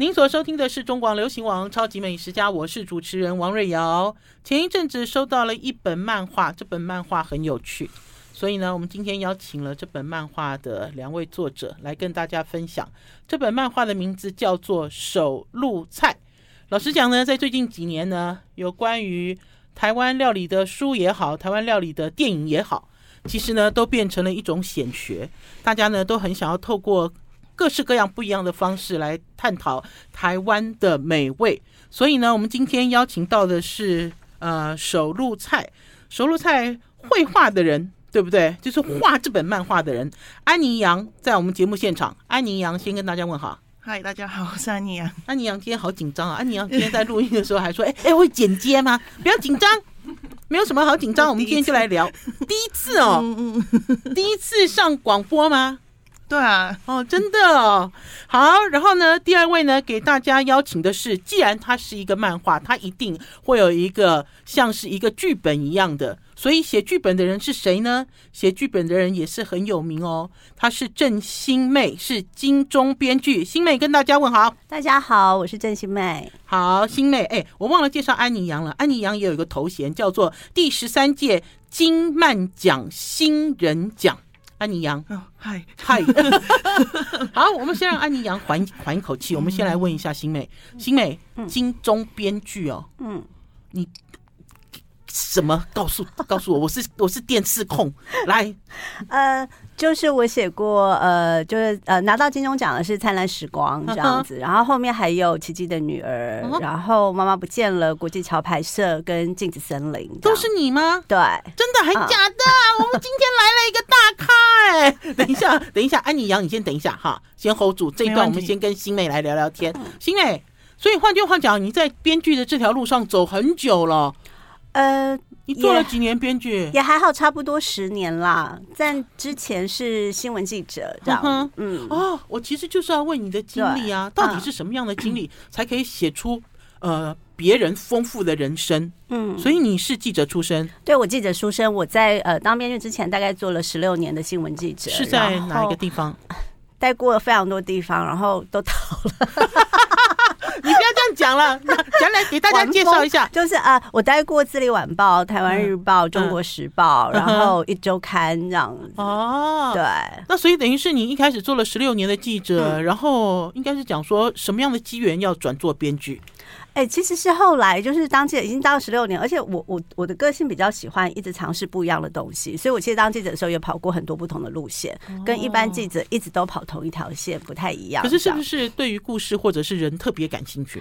您所收听的是中广流行网《超级美食家》，我是主持人王瑞瑶。前一阵子收到了一本漫画，这本漫画很有趣，所以呢，我们今天邀请了这本漫画的两位作者来跟大家分享。这本漫画的名字叫做《手露菜》。老实讲呢，在最近几年呢，有关于台湾料理的书也好，台湾料理的电影也好，其实呢，都变成了一种显学，大家呢都很想要透过各式各样不一样的方式来探讨台湾的美味。所以呢，我们今天邀请到的是呃手露菜，手露菜绘画的人，对不对？就是画这本漫画的人，安妮杨在我们节目现场。安妮杨先跟大家问好。嗨，大家好，我是安妮啊。 安妮杨今天好紧张啊！安妮杨今天在录音的时候还说：“哎哎，会剪接吗？不要紧张，没有什么好紧张。”我们今天就来聊第一次哦，嗯嗯，第一次上广播吗？对啊，哦，真的哦，好。然后呢，第二位呢，给大家邀请的是，既然它是一个漫画，它一定会有一个像是一个剧本一样的。所以写剧本的人是谁呢？写剧本的人也是很有名哦，她是郑欣妹，是金钟编剧。欣妹跟大家问好，大家好，我是郑欣妹。好，欣妹，哎，我忘了介绍安妮杨了。安妮杨也有一个头衔，叫做第十三届金漫奖新人奖。安妮杨，哦，嗨，嗨， 好，我们先让安妮杨缓缓一口气。我们先来问一下新美，新美，金钟编剧哦，嗯，什么？告 诉告诉我，我是我是电视控，来，呃，就是我写过，呃，就是呃，拿到金钟奖的是《灿烂时光》这样子，然后后面还有《奇迹的女儿嗯嗯哼》，然后《妈妈不见了》、国际桥牌社跟《镜子森林》这都样，是你吗？对。真的还啊假 的？我们今天来了一个大咖哎、 等一下，等一下，安妮杨，你先等一下哈，先 hold 住这一没段，我问题们先跟新美来聊聊天。新美，所以换句话讲，你在编剧的这条路上走很久了，呃，你做了也几年编剧？也还好，差不多十年啦。但之前是新闻记者这样，嗯哼嗯，哦，我其实就是要问你的经历啊，对嗯到底是什么样的经历才可以写出呃别人丰富的人生？嗯，所以你是记者出身，对我记者出身，我在呃当编剧之前，大概做了十六年的新闻记者，是在然哪一后个地方？待过了非常多地方，然后都逃了。你不要这样讲 了，那咱来给大家介绍一下。就是啊，我待过《自立晚报》、《台湾日报》中国时报》嗯然后《一周刊》这样子。哦，对，那所以等于是你一开始做了十六年的记嗯者，然后应该是讲说什么样的机缘要转做编剧？哎，其实是后来就是当记者已经当十六年，而且我我我的个性比较喜欢一直尝试不一样的东西，所以我其实当记者的时候也跑过很多不同的路线，跟一般记者一直都跑同一条线不太一样。哦可是是不这样？是对于故事或者是人特别感兴趣？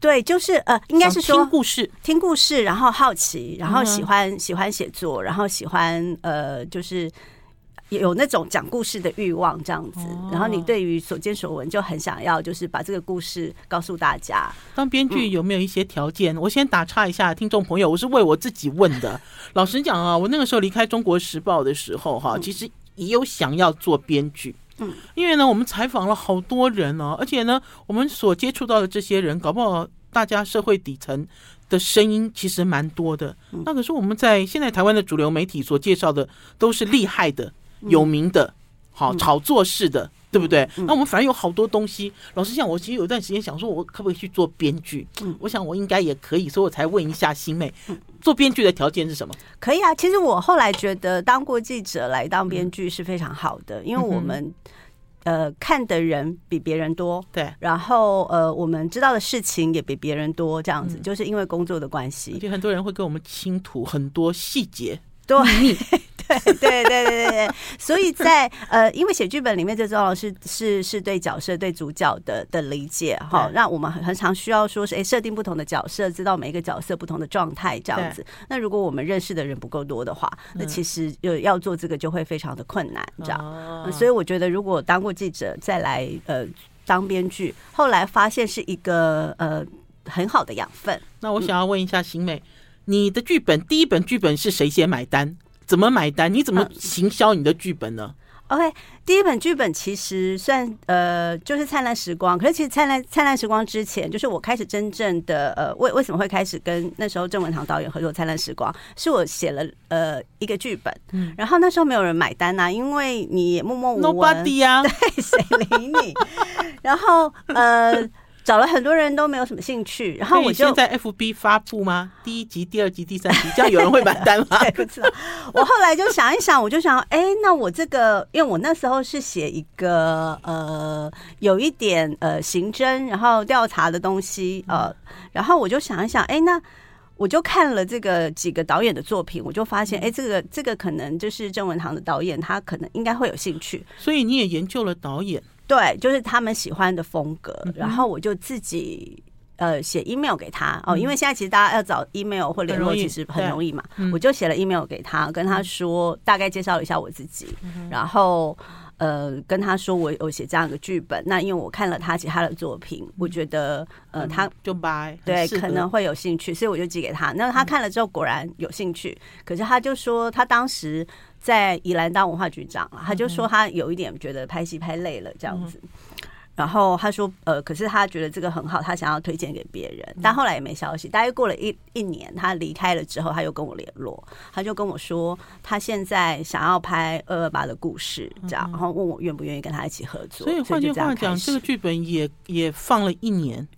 对，就是呃，应该是想说听故事，听故事，然后好奇，然后嗯哼喜欢、喜欢写作，然后喜欢呃，就是有那种讲故事的欲望这样子。哦然后你对于所见所闻就很想要，就是把这个故事告诉大家。当编剧有没有一些条件？我先打岔一下，听众朋友，我是为我自己问的。 老实讲啊，我那个时候离开《中国时报》的时候、哈，其实也有想要做编剧。嗯，因为呢，我们采访了好多人哦，而且呢，我们所接触到的这些人，搞不好大家社会底层的声音其实蛮多的。那可是我们在现在台湾的主流媒体所介绍的，都是厉害的、有名的、好炒作式的，对不对？那我们反而有好多东西。老实讲，我其实有一段时间想说，我可不可以去做编剧？嗯我想我应该也可以，所以我才问一下新妹，做编剧的条件是什么？可以啊，其实我后来觉得当过记者来当编剧是非常好的，因为我嗯们呃看的人比别人多，对，然后呃我们知道的事情也比别人多，嗯这样子、就是因为工作的关系而。且很多人会跟我们倾吐很多细节，对，对对对对对，所以在呃，因为写剧本里面最重要的是是是对角色、对主角的的理解哈对，让我们很很常需要说是哎设定不同的角色，知道每一个角色不同的状态这样子。那如果我们认识的人不够多的话，那其实呃要做这个就会非常的困难这样。嗯哦呃所以我觉得，如果当过记者再来呃当编剧，后来发现是一个呃很好的养分。那我想要问一下新妹，你的嗯剧本第一本剧本是谁先买单？怎么买单？你怎么行销你的剧本呢？ OK，第一本剧本其实算呃，就是《灿烂时光》，可是其实《灿烂灿烂时光》之前，就是我开始真正的呃，为为什么会开始跟那时候郑文堂导演合作《灿烂时光》，是我写了呃一个剧本，嗯然后那时候没有人买单呐、因为你也默默无闻， Nobody 呀、啊，谁理你？然后呃，找了很多人都没有什么兴趣，然后可我以就先在 FB 发布吗？第一集、第二集、第三集，这样有人会买单吗？ 对，不知道。我后来就想一想，我就想，哎、那我这个，因为我那时候是写一个呃，有一点呃刑侦，然后调查的东西，呃，然后我就想一想，哎、那。我就看了这个几个导演的作品，我就发现，哎、这个这个可能就是郑文堂的导演，他可能应该会有兴趣。所以你也研究了导演，对，就是他们喜欢的风格，嗯哼然后我就自己呃写 email 给他哦，因为现在其实大家要找 email 或联嗯很络，容易其实很对容易嘛，嗯我就写了 email 给他，跟他说大概介绍一下我自己，嗯然后。呃，跟他说我有写这样一个剧本，那因为我看了他其他的作嗯品，我觉得呃，他就 buy，对很适合嗯可能会有兴趣，所以我就寄给他。那他看了之后果然有兴趣，可是他就说他当时在宜兰当文化局长啊，他就嗯说他有一点觉得拍戏拍累了这样子。然后他说，呃，可是他觉得这个很好，他想要推荐给别嗯人，但后来也没消息。大概过了一一年，他离开了之后，他又跟我联络，他就跟我说，他现在想要拍二二八的故事，这样，然后问我愿不愿意跟他一起合作。嗯所以换句就这样话讲，开这始个剧本也也放了一年，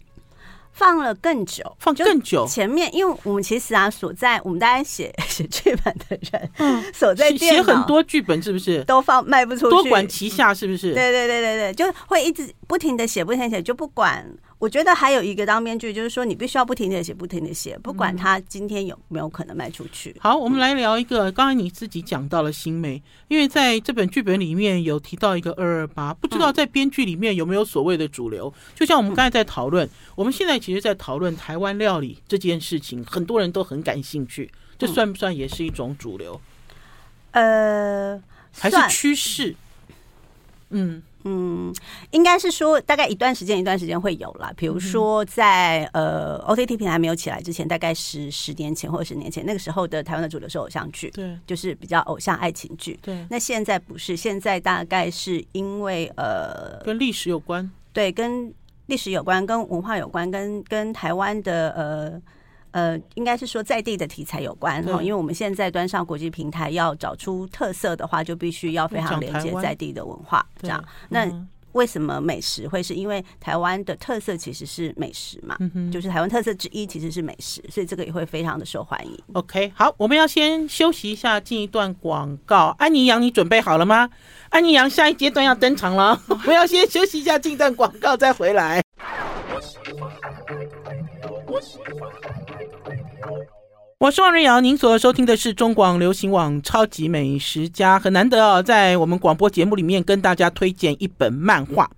放了更久，放就更久，前面，因为我们其实啊，所在我们大家写 写剧本的人，嗯所在写写电很脑多剧本是不是？都放卖不出去，嗯多管齐下是不是？对对对对对，就会一直不停的写，不停的写，就不管。我觉得还有一个当编剧，就是说你必须要不停的写，不停的写，不嗯管他今天有没有可能卖出去。好，我们来聊一个，刚才你自己讲到了新媒，因为在这本剧本里面有提到一个二二八，不嗯知道在编剧里面有没有所谓的主流？就像我们刚才在讨论，我们现在其实在讨论台湾料理这件事情，很多人都很感兴趣，这嗯算不算也是一种主流，呃，还是算趋势？嗯，嗯，应该是说大概一段时间一段时间会有嗯啦。比如说在呃 OTT 平台没有起来之前，大概十十年前或者十年前，那个时候的台湾的主流是偶像剧，对就是比较偶像爱情剧。对，那现在不是，现在大概是因为呃，跟历史有关。对，跟历史有关，跟文化有关，跟跟台湾的呃。呃，应该是说在地的题材有关对哈，因为我们现在端上国际平台，要找出特色的话，就必须要非常讲连台接湾在地的文化。这对样，那嗯为什么美食会是因为台湾的特色其实是美食嘛？嗯哼就是台湾特色之一其实是美食，所以这个也会非常的受欢迎。 OK，好，我们要先休息一下，进一段广告。安妮杨，你准备好了吗？安妮杨，下一阶段要登场了，我们要先休息一下，进一段广告再回来。我是王瑞瑶，您所收听的是中广流行网《超级美食家》，很难得哦，在我们广播节目里面跟大家推荐一本漫画。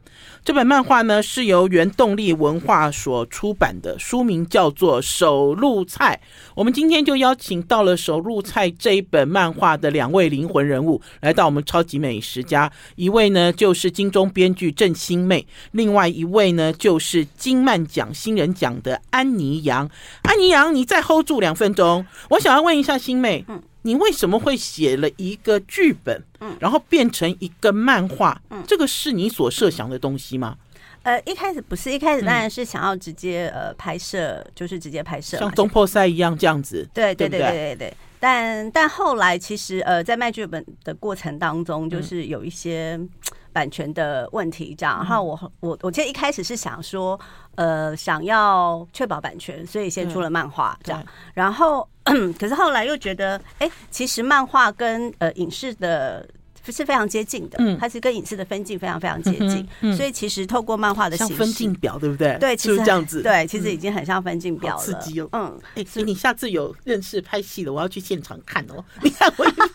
这本漫画呢是由原动力文化所出版的，书名叫做《手入菜》。我们今天就邀请到了《手入菜》这一本漫画的两位灵魂人物来到我们超级美食家，一位呢就是金钟编剧郑欣妹，另外一位呢就是金漫奖新人奖的安妮杨。安妮杨，你再 hold 住两分钟，我想要问一下欣妹，嗯你为什么会写了一个剧本，嗯然后变成一个漫画？嗯这个是你所设想的东西吗？呃，一开始不是，一嗯开始当然是想要直接呃拍摄，就是直接拍摄嘛，像东破赛一样这样子？对对对不对对对对对。但但后来其实呃，在卖剧本的过程当中，就嗯是有一些嗯版权的问题，这样。嗯然后我我我记得一开始是想说，呃，想要确保版权，所以先对出了漫画这样对。然后 可是后来又觉得，哎、其实漫画跟呃影视的。是非常接近的，嗯它是跟影视的分镜非常非常接近嗯，哼嗯所以其实透过漫画的形像式，分镜表，对不对？对，其是不实是这样子？对，其实已经很像分镜表了，嗯好刺激哦嗯，哎、所以你下次有认识拍戏的，我要去现场看哦。 你看我一副，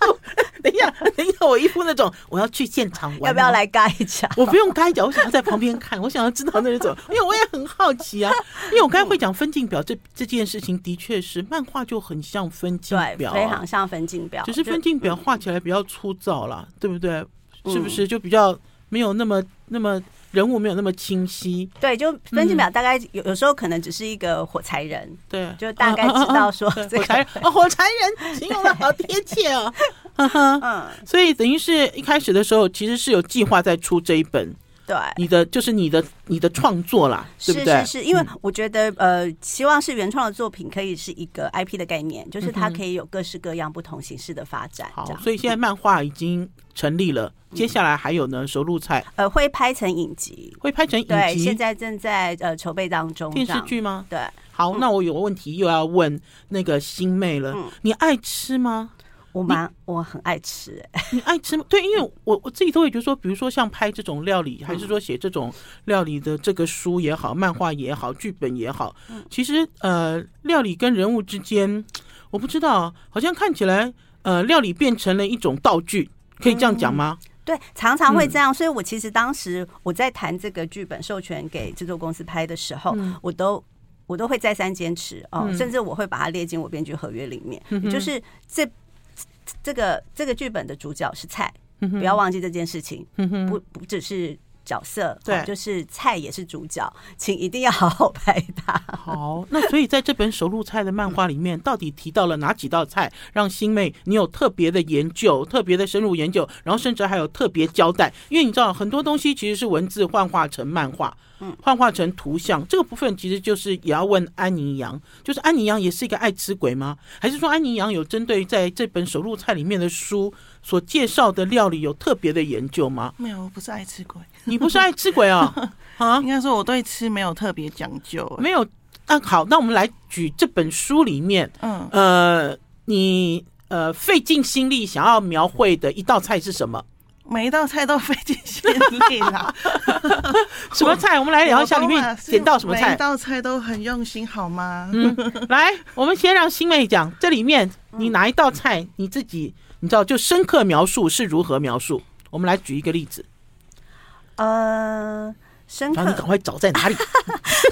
等一下，等一下，我一副那种我要去现场玩、哦要不要？来尬一下？我不用开讲，我想要在旁边看，我想要知道那是怎么，因为我也很好奇啊。因为我刚才会讲分镜表这这件事情，的确是漫画就很像分镜对，表、啊，非常像分镜表，只是分镜表画起来比较粗糙啦，对不对？是不嗯是就比较没有那么那么人物没有那么清晰？对，就分嗯镜表大概有、有时候可能只是一个火柴人，对，就大概知道说啊对这火 个柴人哦，火柴人形容的好贴切哦。哈哈。嗯，所以等于是一开始的时候，其实是有计划在出这一本对。你的，就是你的你的创作啦，对嗯不哎是对？是是，因为嗯我觉得、呃，希望是原创的作品可以是一个 IP 的概念，就是它可以有各式各样不同形式的发展。这嗯好，样所以现在漫画已经成立了，接下来还有呢，熟路菜呃会拍成影集，会拍成影对，现集、在正在呃筹备当中。电这视样剧吗？对，好，那我有个问题又要问那个新妹了，嗯你爱吃吗？我蛮我很爱吃、哎你爱吃吗？对，因为我我自己都会觉得说，比如说像拍这种料理，还是说写这种料理的这个书也好，漫画也好，剧本也好，其实呃，料理跟人物之间，我不知道，好像看起来呃，料理变成了一种道具，可以这样讲吗？对，常常会嗯这样。所以我其实当时我在谈这个剧本授权给制作公司拍的时候，嗯我都。我都会再三坚持哦，嗯甚至我会把它列进我编剧合约里面，嗯哼也就是这这个这个剧本的主角是菜，嗯哼不要忘记这件事情，嗯哼不不只是角色，对哦就是菜也是主角，请一定要好 好拍它。好，那所以在这本手录菜的漫画里面，到底提到了哪几道菜，让新妹你有特别的研究、特别的深入研究，然后甚至还有特别交代？因为你知道很多东西其实是文字幻化成漫画，嗯，幻化成图像这个部分，其实就是也要问安妮杨，就是安妮杨也是一个爱吃鬼吗？还是说安妮杨有针对在这本手录菜里面的书所介绍的料理有特别的研究吗？没有，我不是爱吃鬼，你不是爱吃鬼哦， 啊应，该说我对吃没有特别讲究。哎没有。那好，那我们来举这本书里面嗯，呃，你呃费尽心力想要描绘的一道菜是 什么？每一道菜都费尽心力啦。 什么菜？我们来聊一下里面捡到什么每一菜。道菜都很用心，好吗？嗯，来，我们先让新妹讲，这里面你哪一道菜你自己你知道就深刻描述是如何描述？我们来举一个例子，呃，深刻然后你赶快找在哪 里。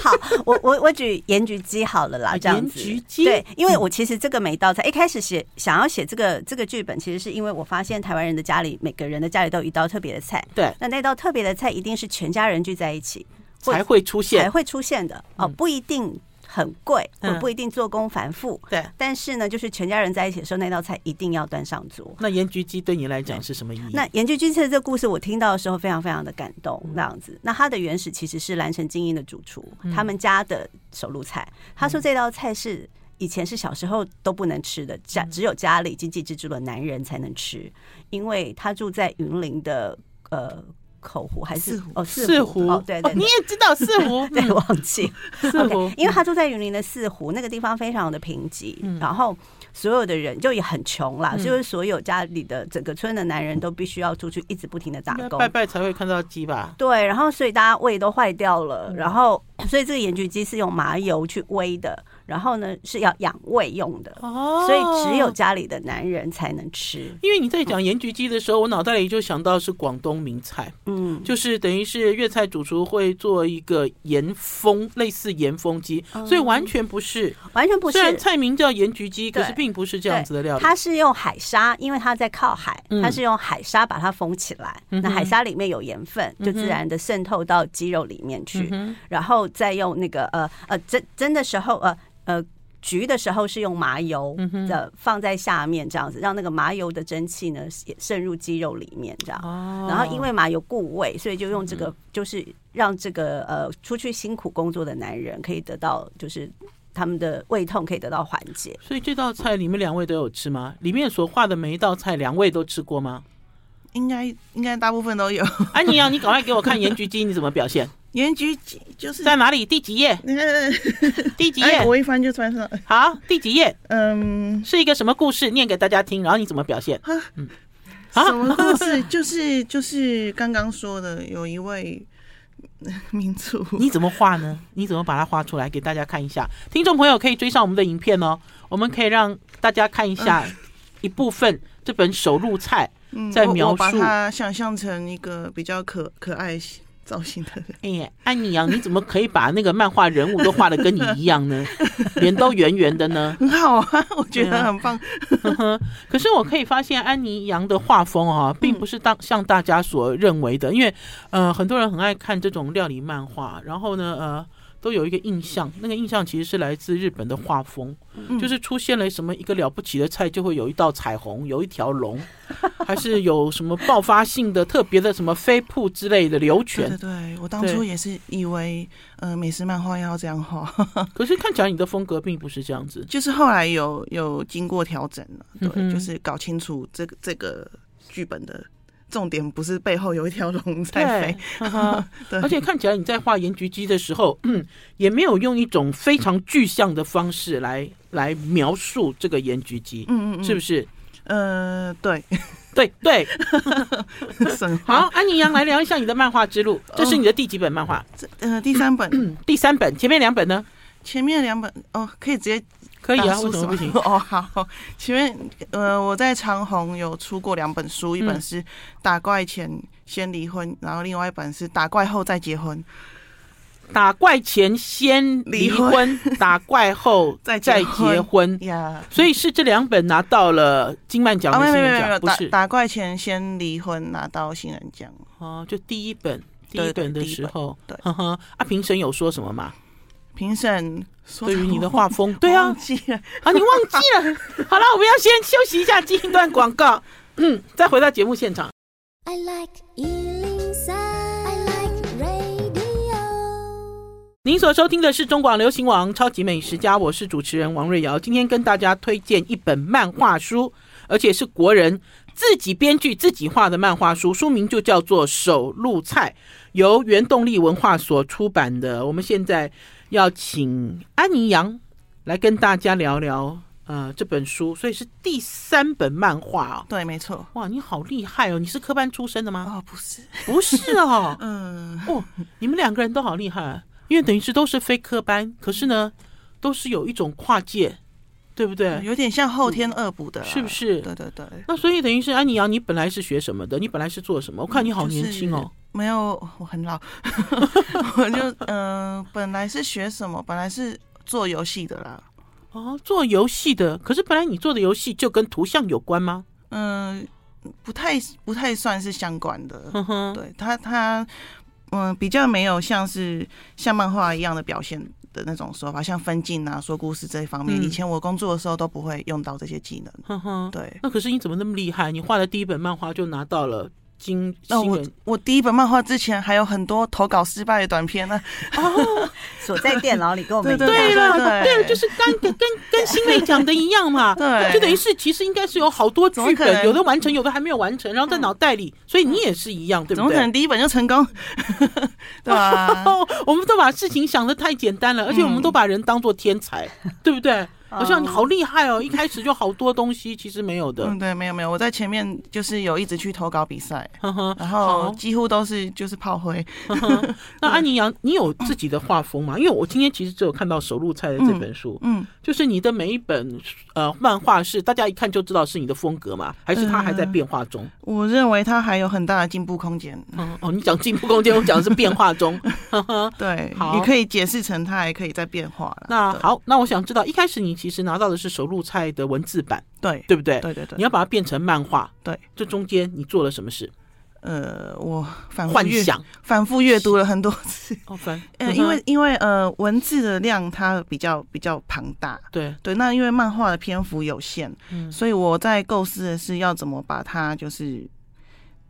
好，我我我举盐焗鸡好了啦啊，这样子。盐焗鸡嗯对，因为我其实这个每道菜一开始写想要写这个这个剧本，其实是因为我发现台湾人的家里每个人的家里都有一道特别的菜，对，那那道特别的菜一定是全家人聚在一起或才会出才现。会出现的哦，不一定很贵，嗯或不一定做工繁复，对，但是呢，就是全家人在一起的时候，那道菜一定要端上桌。那盐焗鸡对你来讲是什么意嗯义？那盐焗鸡翅这故事，我听到的时候非常非常的感动，嗯那样子。那它的原始其实是蓝城精英的主厨他们家的手路菜，他嗯说这道菜是。以前是小时候都不能吃的，嗯家只有家里经济支柱的男人才能吃，因为他住在云林的呃口湖还是四湖哦四湖湖哦对对你对也知道四湖， 对忘记四湖 OK，因为他住在云林的四湖，那个地方非常的贫瘠，嗯然后所有的人就也很穷啦，就是所有家里的整个村的男人都必须要出去一直不停的打应该工拜。拜才会看到鸡吧？对，然后所以大家胃都坏掉了，嗯然后所以这个盐焗鸡是用麻油去煨的，然后呢是要养胃用的，哦所以只有家里的男人才能吃。因为你在讲盐焗鸡的时候，我脑袋里就想到是广东名菜，嗯，就是等于是粤菜主厨会做一个盐封，类似盐封鸡，所以完全不是。完全不是虽。然菜名叫盐焗鸡，可对是并不是这样子的料理。它是用海沙，因为它在靠海，嗯它是用海沙把它封起来。嗯哼那海沙里面有盐分，就自然的渗透到鸡肉里面去，嗯然后再用那个呃呃蒸蒸的时候呃呃。焗的时候是用麻油嗯的放在下面，这样子让那个麻油的蒸汽呢也渗入鸡肉里面，这样。哦嗯然后因为麻油固胃，所以就用这个，就是让这个呃出去辛苦工作的男人可以得到，就是他们的胃痛可以得到缓解。所以这道菜你们两位都有吃吗？里面所画的每一道菜，两位都吃过吗？应该应该大部分都有。 安妮啊，你赶快给我看盐焗鸡你怎么表现，盐焗鸡就是 在哪里？第几页？那个，第几哎，页？我一翻就翻上。好，第几页嗯，是一个什么故事？念给大家听，然后你怎么表现？啊什么故事？就是就是刚刚说的，有一位 民族， 你怎么画呢？你怎么把它画出来给大家看一下？听众朋友可以追上我们的影片哦，我们可以让大家看一下一部分这本手录菜。嗯在我描我把述他想象成一个比较可可爱造型的人。 哎呀，安妮阳，你怎么可以把那个漫画人物都画的跟你一样呢？脸都圆圆的呢？很好啊， 我觉对得啊很棒。可是我可以发现，安妮杨的画风啊，并不是当像大家所认为的，因为呃，很多人很爱看这种料理漫画，然后呢，呃，都有一个印象，那个印象其实是来自日本的画风，就是出现了什么一个了不起的菜，就会有一道彩虹，有一条龙， 还是有什么爆发性的特别的什么飞瀑之类的流对 对泉。对，我当初对也是以为，呃，美食漫画要这样画， 可是看起来你的风格并不是这样子，就是后来有有经过调整了，对，嗯哼就是搞清楚这个这个剧本的重点不是背后有一条龙在对飞，，哈哈 对而且看起来你在画盐焗鸡的时候， 嗯，也没有用一种非常具象的方式来来描述这个盐焗鸡，嗯嗯嗯，是不是？呃，对， 对对，神话 好，安妮阳来聊一下你的漫画之路，嗯这是你的第几本漫画？这呃第三本第三本，前面两本呢？前面两本哦，可以直接可以大啊，叔为什么不行是吗？ 哦，好，前面呃，我在长虹有出过两本书，一嗯本是《打怪前先离婚》，然后另外一本是《打怪后再结婚》，打怪前先离离婚，打怪后 再结再结婚婚，呀。嗯所以是这两本拿到了金漫奖啊，没的有新没有人没有没有，奖，不打是？打怪前先离婚拿到新人奖，哦，就第一本，第一对对本的第一时本候，对呵呵，啊，评审有说什么吗？评审说对于你的画话， 风，对啊忘，记了啊，你忘记了。 好了，我们要先休息一下，进一段广告，嗯，再回到节目现场。 I like Ealing Sound. I like radio. 您所收听的是中广流行网《超级美食家》，我是主持人王瑞瑶。今天跟大家推荐一本漫画书，而且是国人自己编剧、自己画的漫画书，书名就叫做《手露菜》，由原动力文化所出版的。我们现在要请安妮杨来跟大家聊聊呃这本书，所以是第三本漫画哦。对，没错。哇，你好厉害哦！你是科班出身的吗？哦，不是， 不是哦， 嗯、哦，你们两个人都好厉害、啊，因为等于是都是非科嗯班，可是呢，都是有一种跨界，对不对？有点像后天恶补的啦，嗯是不是对对对，那所以等于是安妮啊阳，你本来是学什么的？你本来是做什么？我看你好年轻哦，没嗯有，我很 老，我就嗯、呃本来是学什么？本来是做游戏的啦。哦，做游戏的。可是本来你做的游戏就跟图像有关吗？嗯、不太不太算是相关的。哼哼，嗯对他他嗯、比较没有像是像漫画一样的表现的那种手法，像分镜啊、说故事这一方面，嗯以前我工作的时候都不会用到这些技能。哼哼。对，那可是你怎么那么厉害？你画的第一本漫画就拿到了金那新我人我第一本漫画之前还有很多投稿失败的 短片呢、啊哦，锁在电脑里跟我们一对样。对了，对对了，就是跟跟跟跟新锐讲的一样嘛， 对就等于是其实应该是有好多怎么剧可本，能嗯有的完成，有的还没有完成，然后在脑袋里，所以你也是一样，对怎不么可对能？第一本就 成功？对啊吧、哦，我们都把事情想的太简单了，而且嗯我们都把人当做天才， 对不哦对？好像你好厉害哦，一开始就好多东西，其实没有的嗯，。对，没有没有，我在前面就是有一直去投稿比赛，呵呵，然好后几乎都是就是炮灰。呵呵那安妮阳，你有自己的画风吗？因为我今天其实只有看到《手录菜》的这本书，嗯，就是你的每一本呃漫画是大家一看就知道是你的风格嘛，还是它还嗯在变化中？我认为他还有很大的进步空间。嗯哦，你讲进步空间，我讲的是变化 中。呵呵对好，也可以解释成他还可以再变化了。那好，那我想知道，一开始你其实拿到的是手录菜的文字版，对对不对？对对对你要把它变成漫画，对，这中间你做了什么事？呃，我反复幻阅想反复阅读了很多次，哦，反呃，因为因为呃文字的量它比较比较庞大，对，对，那因为漫画的篇幅有限，嗯所以我在构思的是要怎么把它就是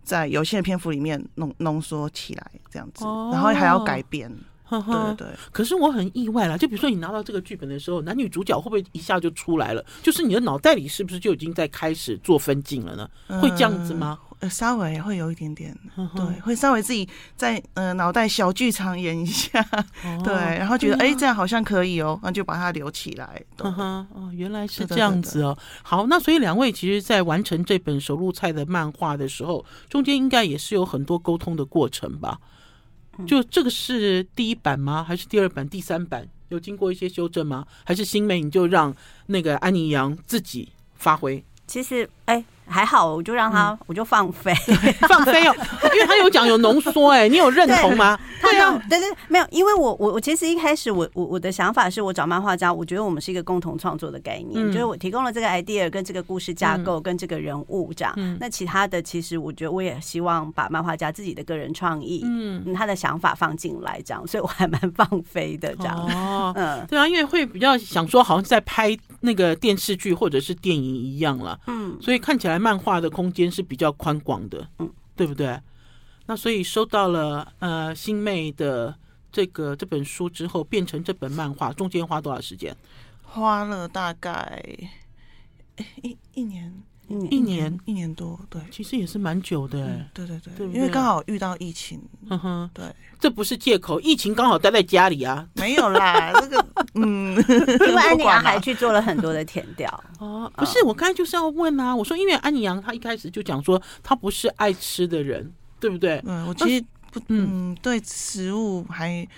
在有限的篇幅里面浓浓缩起来，这样子，哦然后还要改编。呵对对呵。对，可是我很意外啦，就比如说你拿到这个剧本的时候，男女主角会不会一下就出来了？就是你的脑袋里是不是就已经在开始做分镜了呢？嗯会这样子吗？呃，稍微会有一点点，呵呵对，，会稍微自己在呃脑袋小剧场演一下，哦对，然后觉得对哎、啊这样好像可以哦，那就把它留起来。对嗯哼，哦，原来是对这对样对子哦。好，那所以两位其实，在完成这本手录菜的漫画的时候，中间应该也是有很多沟通的过程吧？就这个是第一版吗？还是第二版、第三版？有经过一些修正吗？还是新美你就让那个安妮杨自己发挥？其实，哎，还好，我就让他，嗯我就放飞。放飞哦，因为他有讲有浓缩，哎，你有认同吗？他对让啊，，但是没有，因为我我我其实一开始我我我的想法是我找漫画家，我觉得我们是一个共同创作的概念，嗯就是我提供了这个 idea 跟这个故事架构跟这个人物这样。嗯那其他的其实我觉得我也希望把漫画家自己的个人创意，嗯，嗯，他的想法放进来这样，所以我还蛮放飞的这样。哦，嗯对啊，因为会比较想说，好像在拍那个电视剧或者是电影一样了，嗯，所以看起来漫画的空间是比较宽广的，嗯，对不对？那所以收到了呃新妹的这个这本书之后，变成这本漫画，中间花多少时间？花了大概、哎一一年嗯一年，一年多，对，其实也是蛮久的、嗯欸，对对对，对不对因为刚好遇到疫情，嗯哼，对，这不是借口，疫情刚好待在家里啊。没有啦，这个嗯，因为安妮不管啦亚还去做了很多的填调，哦，啊不是，我刚才就是要问啊，我说因为安妮阳她一开始就讲说她不是爱吃的人，对不对？嗯，我其实不嗯嗯对食物还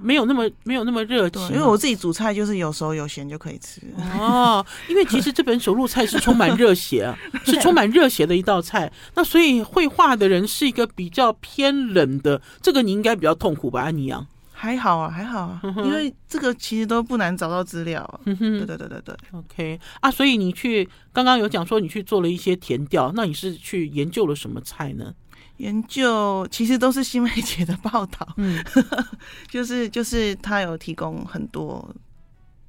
没有那么没有那么热对情，，啊因为我自己煮菜就是有熟有咸就可以吃，哦，因为其实这本手录菜是充满热血 啊，是充满热血的一道菜。那所以绘画的人是一个比较偏冷的，这个你应该比较痛苦吧，安妮阳？还好啊，还好啊，因为这个其实都不难找到资料，啊嗯对哼对对对对， ，OK 啊，所以你去刚刚有讲说你去做了一些填调，那你是去研究了什么菜呢？研究其实都是新梅姐的报道， 嗯就是就是她有提供很多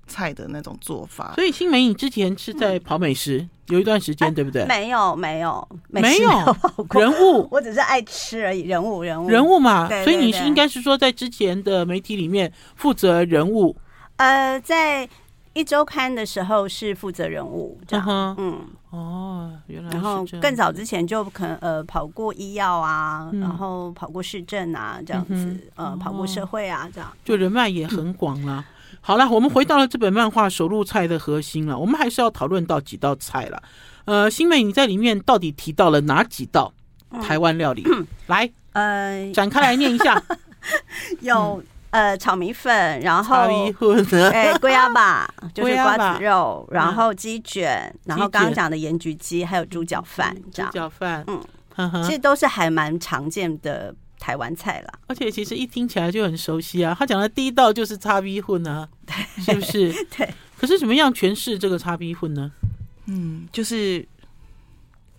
菜的那种做法，所以新梅，你之前是在跑美食、有一段时间，对 不对？啊没有没有美没食有跑过人物我只是爱吃而已，人物人物人物嘛， 对所以你是对对应该是说在之前的媒体里面负责人物，呃，在一周刊的时候是负责人物这嗯样，哼，嗯，哦，原来是然后这样更早之前就可能呃跑过医药啊，嗯然后跑过市政啊这样嗯子，呃跑过社会啊这样，就人脉也嗯很广啦。好啦，我们回到了这本漫画《手入菜》的核心了，我们还是要讨论到几道菜了。呃，新美，你在里面到底提到了哪几道嗯台湾料理？来呃展开来念一 下。有呃炒米粉，然超一后。混 的，哎，龟 鸭吧，就是龟鸭吧嗯瓜子肉，然后鸡卷，然后刚刚讲的盐焗鸡，还有猪脚饭，这猪样，脚饭，嗯嗯其哼，实都是还蛮常见的台湾菜啦。而且其实一听起来就很熟悉啊。他讲的第一道就是叉逼混啊，是不是？ 对。可是怎么样诠释这个叉逼混呢？嗯，就是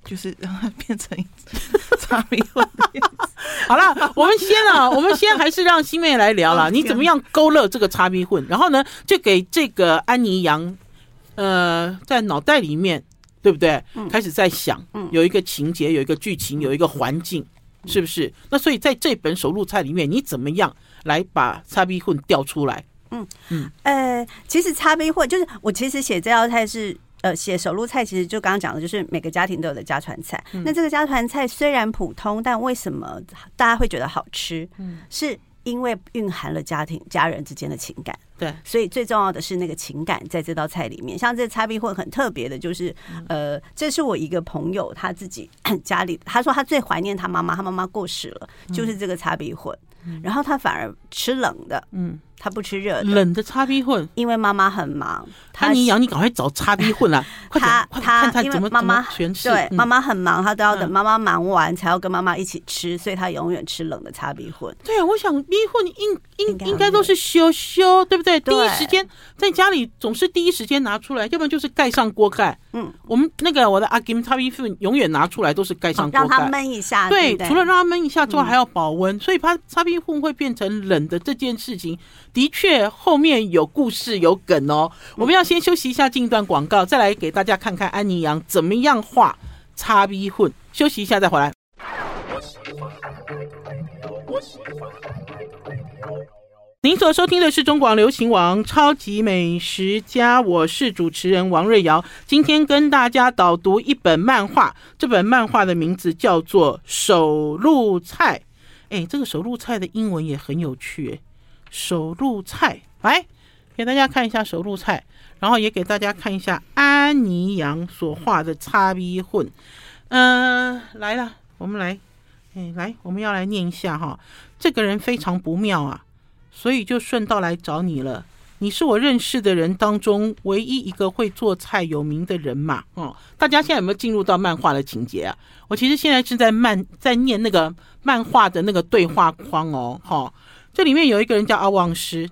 就是 让它变成一只差米 粉，好啦，我们先啊，我们先还是让新妹来聊啦。你怎么样勾勒这个叉 B 混？然后呢，就给这个安妮杨，呃，在脑袋里面，对不对？开始在想，有一个情节，有一个剧情，有一个环境，是不是？那所以在这本手录菜里面，你怎么样来把叉 B 混调出来？呃，其实叉 B 混就是我其实写这道菜是。呃，写手路菜其实就刚刚讲的，就是每个家庭都有的家传菜。那这个家传菜虽然普通，但为什么大家会觉得好吃？是因为蕴含了家庭家人之间的情感。对，所以最重要的是那个情感在这道菜里面。像这叉 B 混很特别的，就是呃，这是我一个朋友他自己 家里，他说他最怀念他妈妈，他妈妈过世了，就是这个叉 B 混。然后他反而吃冷的，嗯嗯，他不吃热的，冷的叉 B 混，因为妈妈很忙，她安妮杨，你赶快找叉 B 混啦！快点她，快点她看他因怎么为妈妈怎么诠释。对嗯妈妈很忙，她都要等嗯妈妈忙完才要跟妈妈一起吃，所以她永远吃冷的叉鼻混。对啊，我想离婚应应应该应该都是羞羞，对不对？对第一时间在家里总是第一时间拿出来，要不然就是盖上锅盖。嗯，我们那个我的阿金 top 衣服永远拿出来都是盖上锅哦让她盖。闷一下，对对不对，嗯除了让它焖一下之外，还要保温，所以它擦屁混会变成冷的这件事情，的确后面有故事有梗哦。嗯我们要先休息一下，进一段广告，再来给大家看看安妮阳怎么样画擦逼混。休息一下再回来。您所收听的是中广流行网《超级美食家》，我是主持人王瑞瑶。今天跟大家导读一本漫画，这本漫画的名字叫做《手露菜》。哎，这个手露菜的英文也很有趣。哎，手露菜，来给大家看一下手露菜，然后也给大家看一下安妮阳所画的叉 B 混。嗯、来了，我们来，哎，来，我们要来念一下哈。这个人非常不妙啊。所以就顺道来找你了。你是我认识的人当中唯一一个会做菜有名的人嘛。哦，大家现在有没有进入到漫画的情节啊？我其实现在是在漫在念那个漫画的那个对话框哦。哈、哦，这里面有一个人叫阿旺师，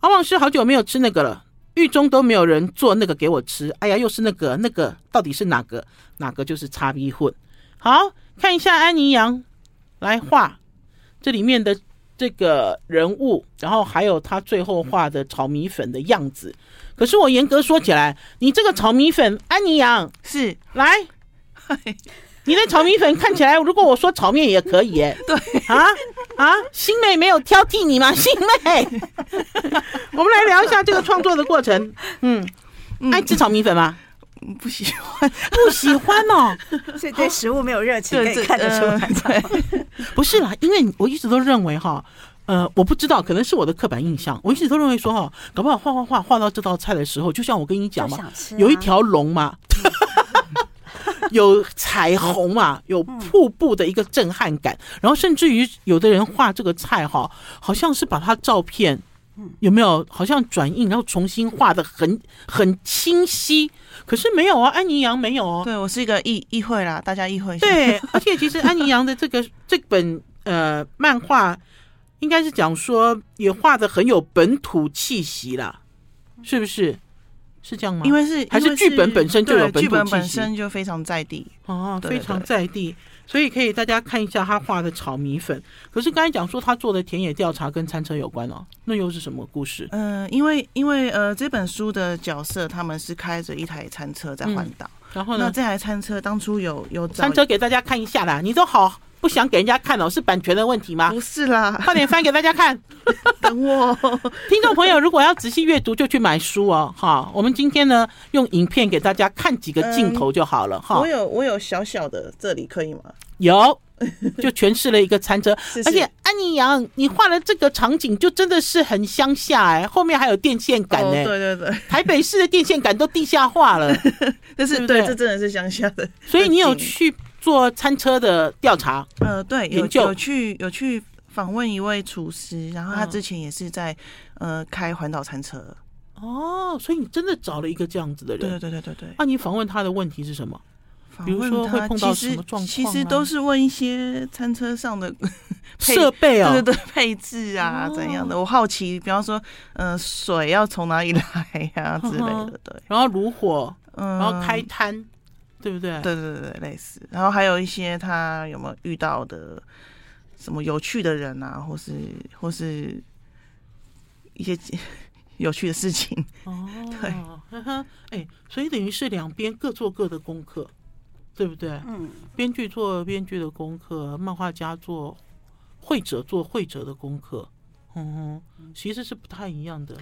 阿旺师好久没有吃那个了。狱中都没有人做那个给我吃，哎呀，又是那个那个，到底是哪个？哪个就是叉逼混？好看一下安妮杨来画这里面的这个人物，然后还有他最后画的炒米粉的样子。可是我严格说起来，你这个炒米粉，安妮杨是，来，你的炒米粉看起来，如果我说炒面也可以耶、对，啊啊！新妹没有挑剔你吗？ 新妹，我们来聊一下这个创作的过程。嗯，爱吃炒米粉吗？嗯不喜欢，不喜欢哦， 所以对食物没有热情，可对以对看得出来。 呃对，不是啦，因为我一直都认为哈，呃，我不知道，可能是我的刻板印象，我一直都认为说哈，搞不好画画画画到这道菜的时候，就像我跟你讲嘛就想吃，啊有一条嗯龙 嘛。有彩虹嘛，有嗯瀑布的一个震撼感，然后甚至于有的人画这个菜哈，好像是把他照片嗯有没有好像转印，然后重新画的很很清晰，可是没有啊，安妮杨没有哦，对我是一个议议会啦，大家议会一下，对，而且其实安妮杨的这个这本呃漫画，应该是讲说也画的很有本土气息啦，是不是？是这样吗？嗯因为是还是因为剧本本身就有本对土剧本气息本身就非常在地，哦，对非常在地，所以可以大家看一下他画的炒米粉。可是刚才讲说他做的田野调查跟餐车有关哦，那又是什么故事？嗯，因为因为呃，这本书的角色他们是开着一台餐车在环岛，嗯然后那呢，这台餐车当初有有找餐车给大家看一下啦，你都好不想给人家看哦，是版权的问题吗？ 不是啦，快点翻给大家看。 等我，听众朋友，如果要仔细阅读，就去买书哦。哈，我们今天呢，用影片给大家看几个镜头就 好了。哈嗯我，有我有小小的这里可以吗？有，就诠释了一个餐 车。是是而且安妮杨，你画的这个场景就真的是很乡下哎、后面还有电线杆哦，哎、对对 对，台北市的电线杆都地下化 了。对不但是对对，这真的是乡下的，所以你有很近去做餐车的调查？呃，对，有研究有去有去访问一位厨师，然后他嗯之前也是在、呃开环岛餐车，哦，所以你真的找了一个这样子的对对人。对对对对。那、你访问他的问题是什么？访比如问说会他碰到其什实么状其况啊实吗都是问一些餐车上的配设备哦， 对对对，配置啊哦怎样的，我好奇，比方说，呃，水要从哪里来呀、之类的，对，然后炉火，嗯嗯，然后开，摊，对不对？对对对对，类似，然后还有一些他有没有遇到的什么有趣的人啊，或是或是一些 有趣的事 情，哦，对呵呵，哎，所以等于是两边各做各的功课，对不对？嗯，编剧做编剧的功课，漫画家做绘者做绘者的功课，嗯哼，其实是不太一样的，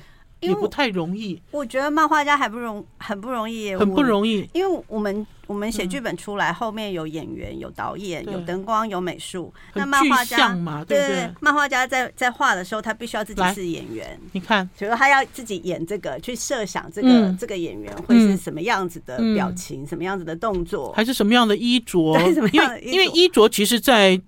也因为不我太容易，我觉得漫画家还不容很不容易，很不易。容易。因为我们我们写剧本出来，后面有演员、有导演、对有灯光、有美术，很那漫画具家象嘛对对不对对，漫画家在在画的时候，他必须要自己来是演员，你看，比如说他要自己演这个，去设想这个、嗯这个演员会是什么样子的表情、什么样子的动作，还是什么样的衣着 对什么？因样的为衣着因为衣着其实在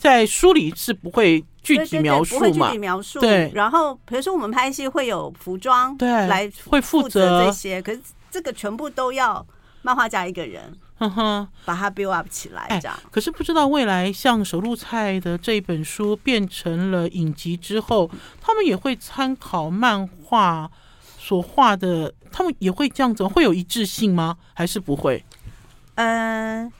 在书里是不会具对体对对描不会述具嘛体，描述。对然后比如说我们拍戏会有服装对来会负负责责这些，可是这个全部都要漫画家一个人哼嗯哼。把它 build up 起来，哎这样。可是不知道未来像《手路菜》的这本书变成了影集之后，他们也会参考漫画所画的，他们也会这样子，会有一致性吗？还是不会？嗯，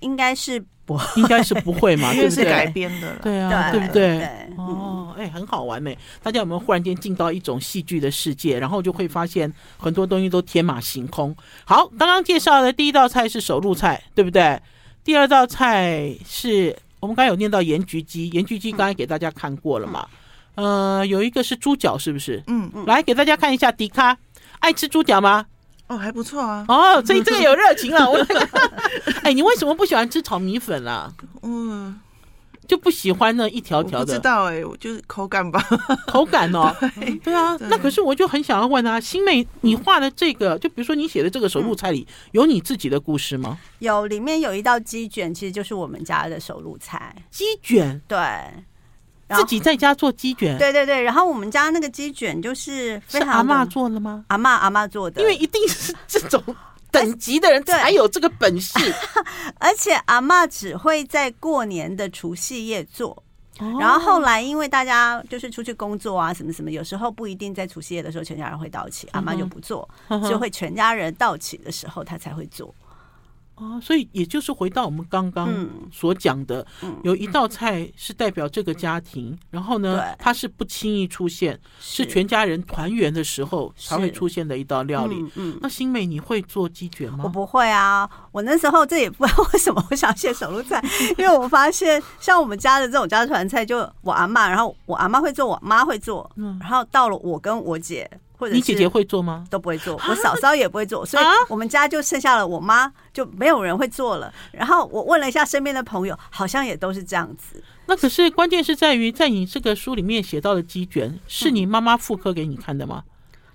应该是不应该是不会 嘛，因对为不是改对？编的啦，对啊，对不对对对？嗯哦，哎、很好玩呢、大家有没有忽然间进到一种戏剧的世界，然后就会发现很多东西都天马行空？好，刚刚介绍的第一道菜是手露菜，对不对？第二道菜是我们刚才有念到盐焗鸡，盐焗鸡刚才给大家看过了嘛？呃，有一个是猪脚，是不是？嗯嗯，来给大家看一下迪卡。爱吃猪脚吗？哦，还不错啊，哦，所以 这个有热情啊了。我，哎，你为什么不喜欢吃炒米粉啦、嗯，就不喜欢那一条我条不的知道哎、我就是口感 吧，口感 哦。对啊，那可是我就很想要问啊，新妹，你画的这个，就比如说你写的这个手录菜里，嗯有你自己的故事吗？有里面有一道鸡卷，其实就是我们家的手路菜。鸡卷，对，然后自己在家做鸡卷，对对对，然后我们家那个鸡卷就是非是常阿嬷的做的吗？阿嬷阿嬷做的，因为一定是这种等级的人对才有这个本事。而且阿嬷只会在过年的除夕夜做。 哦然后后来，因为大家就是出去工作啊，什么什么，有时候不一定在除夕夜的时候全家人会到嗯齐，阿妈就不做，就会全家人到齐的时候她才会做。哦， 所以也就是回到我们刚刚嗯所讲的，嗯有一道菜是代表这个家庭，然后呢对，它是不轻易出现，是全家人团圆的时候才会是出现的一道料理。嗯嗯那新美，你会做鸡卷吗？我不会啊，嗯我那时候这也不知道为什么我想写手录 菜，因为我发现像我们家的这种家传菜，就我阿嬷，然后我阿嬷会做，我妈会做，嗯然后到了我跟我姐或者你姐姐是会做吗？都不会做，我嫂嫂也不会做，所以啊我们家就剩下了我妈，就没有人会做了。然后我问了一下身边的朋友，好像也都是这样子。那可是关键是在于，在你这个书里面写到的鸡卷，是你妈妈复刻给你看的吗？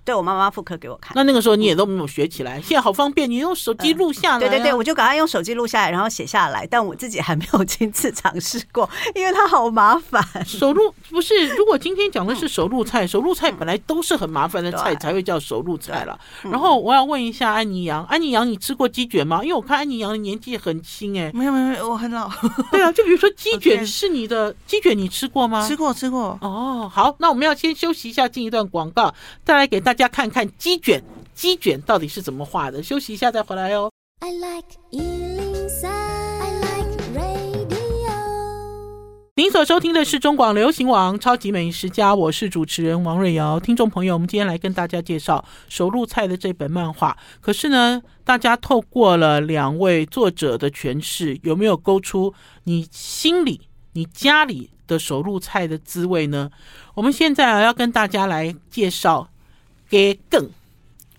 对我妈妈复刻给我看，那那个时候你也都没有学起来，现在好方便，你用手机录下来、啊对对对，，我就赶快用手机录下来，然后写下来，但我自己还没有 亲自尝试过，因为它好麻烦。手录不是，如果今天讲的是手录菜，手录菜本来都是很麻烦的菜，对才会叫手录菜了。然后我要问一下安妮杨，安妮杨，你吃过鸡卷吗？因为我看安妮杨的年纪很轻哎、没有没有没有，我很老， 对啊，就比如说鸡卷我是你的鸡卷，你吃过吗？吃过吃过。哦，好，那我们要先休息一下，进一段广告，再来给大家看看鸡卷，鸡卷到底是怎么画的。休息一下再回来哦。 I like Ealing Sound. I like radio. 您所收听的是中广流行网《超级美食家》，我是主持人王瑞瑶。听众朋友，我们今天来跟大家介绍手入菜的这本漫画。可是呢，大家透过了两位作者的诠释，有没有勾出你心里、你家里的手入菜的滋味呢？我们现在啊，要跟大家来介绍“给更”，“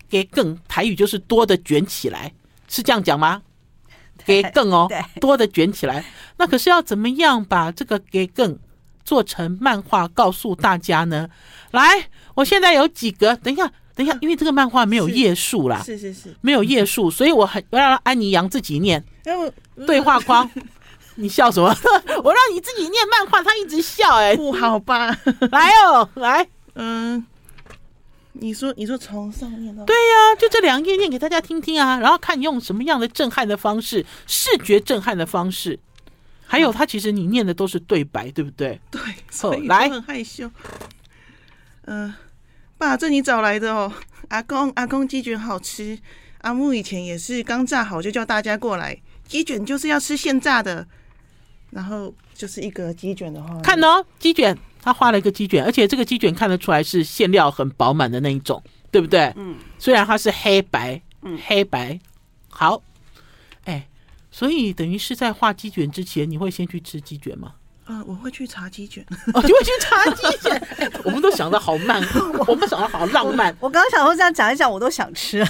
给更”台语就是多的卷起来，是这样讲吗？ 给 更哦，对多的卷起来。那可是要怎么样把这个给更做成漫画告诉大家呢？来，我现在有几个，等一下，等一下，因为这个漫画没有是页数啦，是是是，没有页数，所以我很我要让安妮杨自己念哎我对话框。你笑什么？ 我让你自己念漫画，他一直笑哎、不好吧？ 来哦，来，嗯，你说你说从上面到对呀、就这两页念给大家听听啊，然后看你用什么样的震撼的方式，视觉震撼的方式，还有他其实你念的都是对白，对不对？对，所以来我很害羞。嗯、爸，这你找来的哦。阿公，阿公鸡卷好吃。阿木以前也是刚炸好就叫大家过来，鸡卷就是要吃现炸的。然后就是一个鸡卷的话，看哦，鸡卷，他画了一个鸡卷，而且这个鸡卷看得出来是馅料很饱满的那一种，对不对？嗯，虽然它是黑白，嗯黑白，好，哎，所以等于是在画鸡卷之前，你会先去吃鸡卷 吗？呃，我会去查 鸡卷。哦，你会去查鸡卷？哎我们都想的好 慢，我们想的好浪漫，我刚刚想说这样讲一讲，我都想吃了。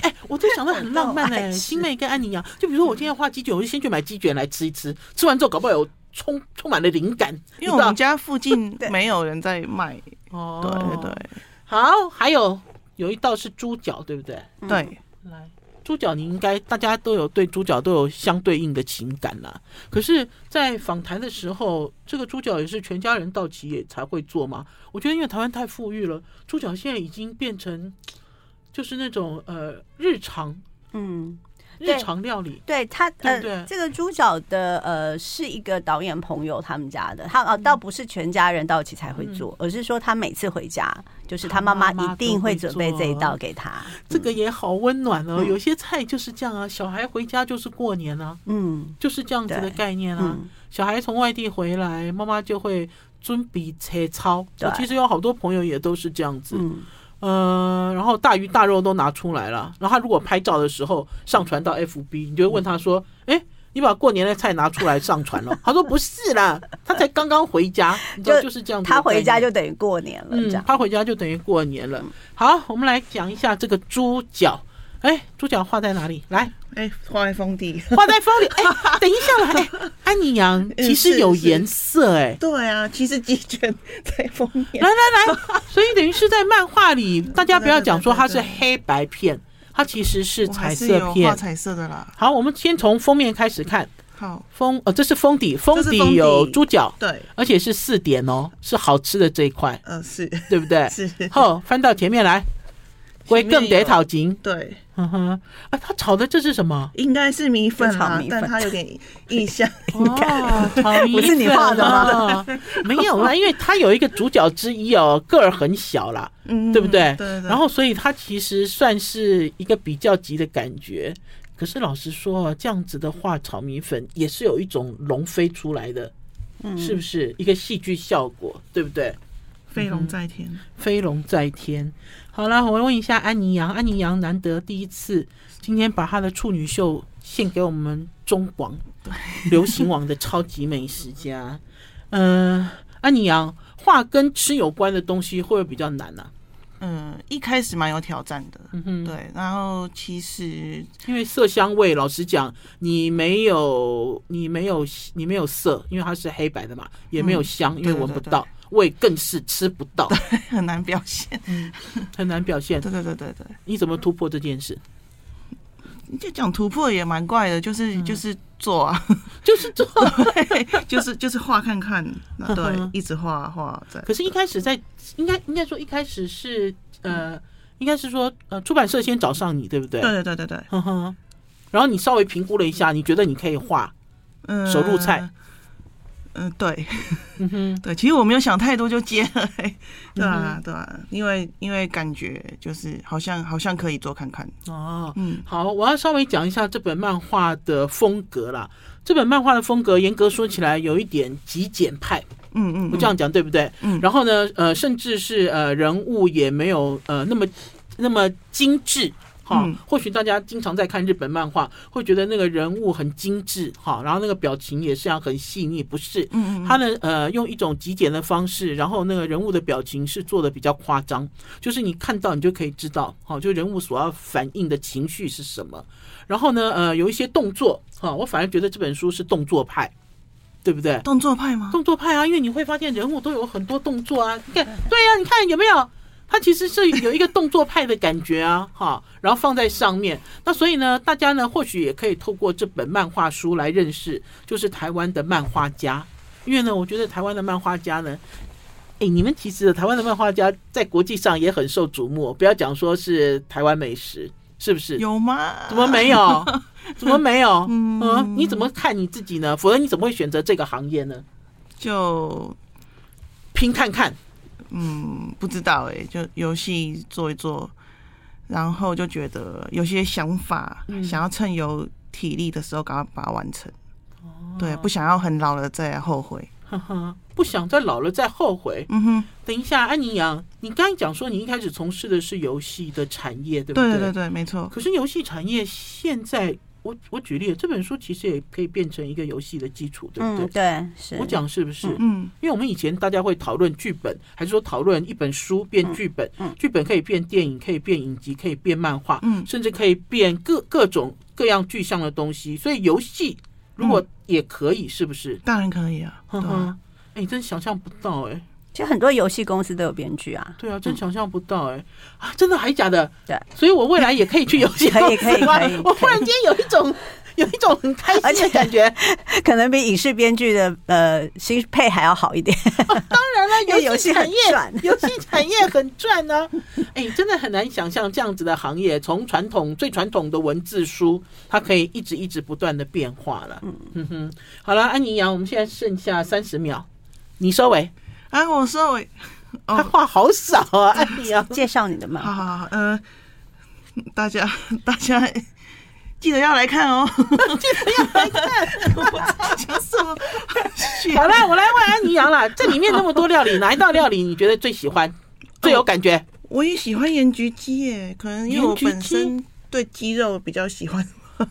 哎，我都想的很浪漫我哎、爱吃新妹跟安妮一样，就比如说我今天要画鸡卷，我就先去买鸡卷来吃一吃，吃完之后搞不好有充充满了灵感，因为我们你知家 附近对没有人在卖，道哦，对对好，还有有一道是猪脚，对不对？对，来，猪脚你应该大家都有对猪脚都有相对应的情感啦。可是，在访谈的时候，这个猪脚也是全家人到齐也才会做嘛。我觉得因为台湾太富裕了，猪脚现在已经变成就是那种呃日常嗯，对日常料理。对他对呃，不对这个猪脚的呃是一个导演朋友他们家的，他嗯呃倒不是全家人到齐才会做，而是说他每次回家，就是他妈妈他妈妈一定会准备都会这做一道给他。这个也好温暖哦，有些菜就是这样啊，小孩回家就是过年啊，嗯，就是这样子的对概念啊。嗯小孩从外地回来，妈妈就会准备切操。对我其实有好多朋友也都是这样子，嗯，呃，然后大鱼大肉都拿出来了，然后他如果拍照的时候上传到 FB，你就会问他说：“哎、你把过年的菜拿出来上传了？”他说：“不是啦，他才刚刚回家，你知道就就是这样子的概念。他回家就等于过年了，这嗯，样。他回家就等于过年了。好，我们来讲一下这个猪脚。哎，猪脚画在哪里？来，哎，花在封地。 画在风里。哎，等一下啦，哎，安妮 阳嗯其实是有是颜色哎、对啊，其实鸡卷在封面来。来 来，所以等于是在漫画里，大家不要讲说它是黑白片，它其实是我彩还是色有画片。彩色的啦。好，我们先从封面开始看。好，封哦，这是封底，封是封底底有猪脚，对，而且是四点哦，是好吃的这一块，呃，是对不对？是，后翻到前面来，龟前面更得有讨金，对，哼哼，啊，他炒的这是什么？应该是米粉就炒啦米，粉但它有点印 象，哦，炒米不是你粉画的啊？ 没有啦，因为它有一个主角之一哦，个儿很小啦，嗯，对不对？对对。然后，所以它其实算是一个比较级的感觉。可是老实说，这样子的话，炒米粉也是有一种龙飞出来的，嗯是不是一个戏剧效果？对不对？飞龙在天，飞龙在天。好啦，我问一下安妮杨，安妮杨难得第一次今天把她的处女秀献给我们中广流行网的超级美食家。嗯、安妮杨，画跟吃有关的东西会不会比较难啊呢、嗯，一开始蛮有挑战的，嗯对，然后其实因为色香味，老实讲，你没有你没有你没有色，因为它是黑白的嘛，也没有香，因为闻不到。味更是吃不到，很难 表现，很难表现。对对对对对，你怎么突破这件事？就讲突破也蛮怪的，嗯就是就是做啊， 就是做。就是就是画看看，那嗯对哼，一直画画在，可是，一开始在应该应该说一开始是呃，应该是说呃，出版社先找上你，对不对？对对对对对，哼哼。然后你稍微评估了一下，你觉得你可以画，嗯，手入菜，嗯，对，嗯哼， 嗯对，其实我没有想太多就接了、嘿对啊，对啊，因为因为感觉就是好像好像可以做看看，哦，嗯，好，我要稍微讲一下这本漫画的风格啦。这本漫画的风格，严格说起来，有一点极简派，嗯嗯，我这样讲对不对？嗯然后呢，呃，甚至是呃，人物也没有呃那么那么精致。哈嗯，或许大家经常在看日本漫画，会觉得那个人物很精致，哈，然后那个表情也是要很细腻，不是？嗯，嗯嗯，他呢，呃，用一种极简的方式，然后那个人物的表情是做的比较夸张，就是你看到你就可以知道，好、就人物所要反映的情绪是什么。然后呢，呃，有一些动作，哈、我反而觉得这本书是动作派，对不对？动作派吗？动作派啊，因为你会发现人物都有很多动作啊。你看，对呀、你看有没有？它其实是有一个动作派的感觉啊，哈，然后放在上面。那所以呢，大家呢或许也可以透过这本漫画书来认识，就是台湾的漫画家。因为呢，我觉得台湾的漫画家呢，诶，你们其实台湾的漫画家在国际上也很受瞩目，不要讲说是台湾美食，是不是？有吗？怎么没有？怎么没有？嗯、嗯你怎么看你自己呢？否则你怎么会选择这个行业呢？就拼看看。嗯，不知道哎、就游戏做一做，然后就觉得有些想法，嗯想要趁有体力的时候赶快把它完成。哦对，不想要很老了再来后悔。哈哈，不想再老了再后悔。嗯哼，等一下，安妮阳，你刚才讲说你一开始从事的是游戏的产业，对不对对对对对，没错。可是游戏产业现在，我我举例，这本书其实也可以变成一个游戏的基础，对不嗯，对？对，是。我讲是不是？嗯，因为我们以前大家会讨论剧本，还是说讨论一本书变剧本，嗯嗯剧本可以变电影，可以变影集，可以变漫画，嗯甚至可以变各各种各样具象的东西。所以游戏如果也可以，是不是？当然可以啊。对嗯哈啊哈，哎、真想象不到哎、其实很多游戏公司都有编剧啊， 对啊，真想象不到哎、啊，真的还假的？对，所以我未来也可以去游 戏可以公司吗可以可以我忽然间有一种 有一种很开而心且的 感觉。可能比影视编剧的呃薪配还要好一点。 当然因为了，游戏戏产业很赚，游戏产业很赚呢、哎、真的很难想象这样子的行业，从传统最传统的文字书，它可以一直一直不断的变化了。嗯哼，好了，安妮阳，我们现在剩下三十秒，你收尾。啊，我说我，他哦，话好少啊，安 妮阳。介绍你的漫好画，好好，呃， 大家 大家记得要来看哦， 记得要来看，我什么？ 好了，我来问安妮阳啦，这里面那么多料理，哪一道料理你觉得最喜欢、最有感觉？我也喜欢盐焗鸡耶，可能因为我本身对鸡肉比较喜欢。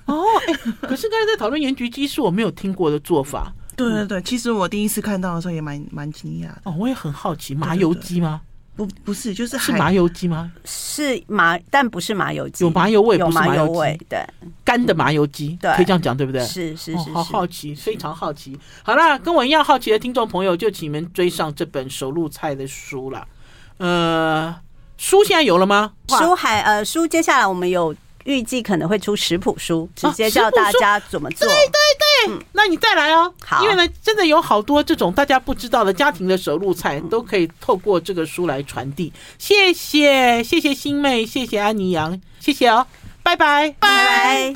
哦，哎、可是刚才在讨论盐焗鸡是我没有听过的做法对对对，其实我第一次看到的时候也蛮蛮惊讶的，哦，我也很好奇，麻油鸡吗？不不是，就是是海麻油鸡吗？是麻，但不是麻油鸡，有麻油味，有不是麻油油味鸡，，对，干的麻油鸡，对可以这样讲对不对？是是哦是，好好是，奇，非常好奇。好啦，跟我一样好奇的听众朋友，就请你们追上这本手入菜的书啦。呃，书现在有了吗？书还呃书，接下来我们有。预计可能会出食谱书，直啊接食谱教大家怎么做。对对那你再来哦。好因为呢，真的有好多这种大家不知道的家庭的手入菜，都可以透过这个书来传递。谢谢，谢谢新妹，谢谢安妮阳，谢谢哦，拜拜，拜拜。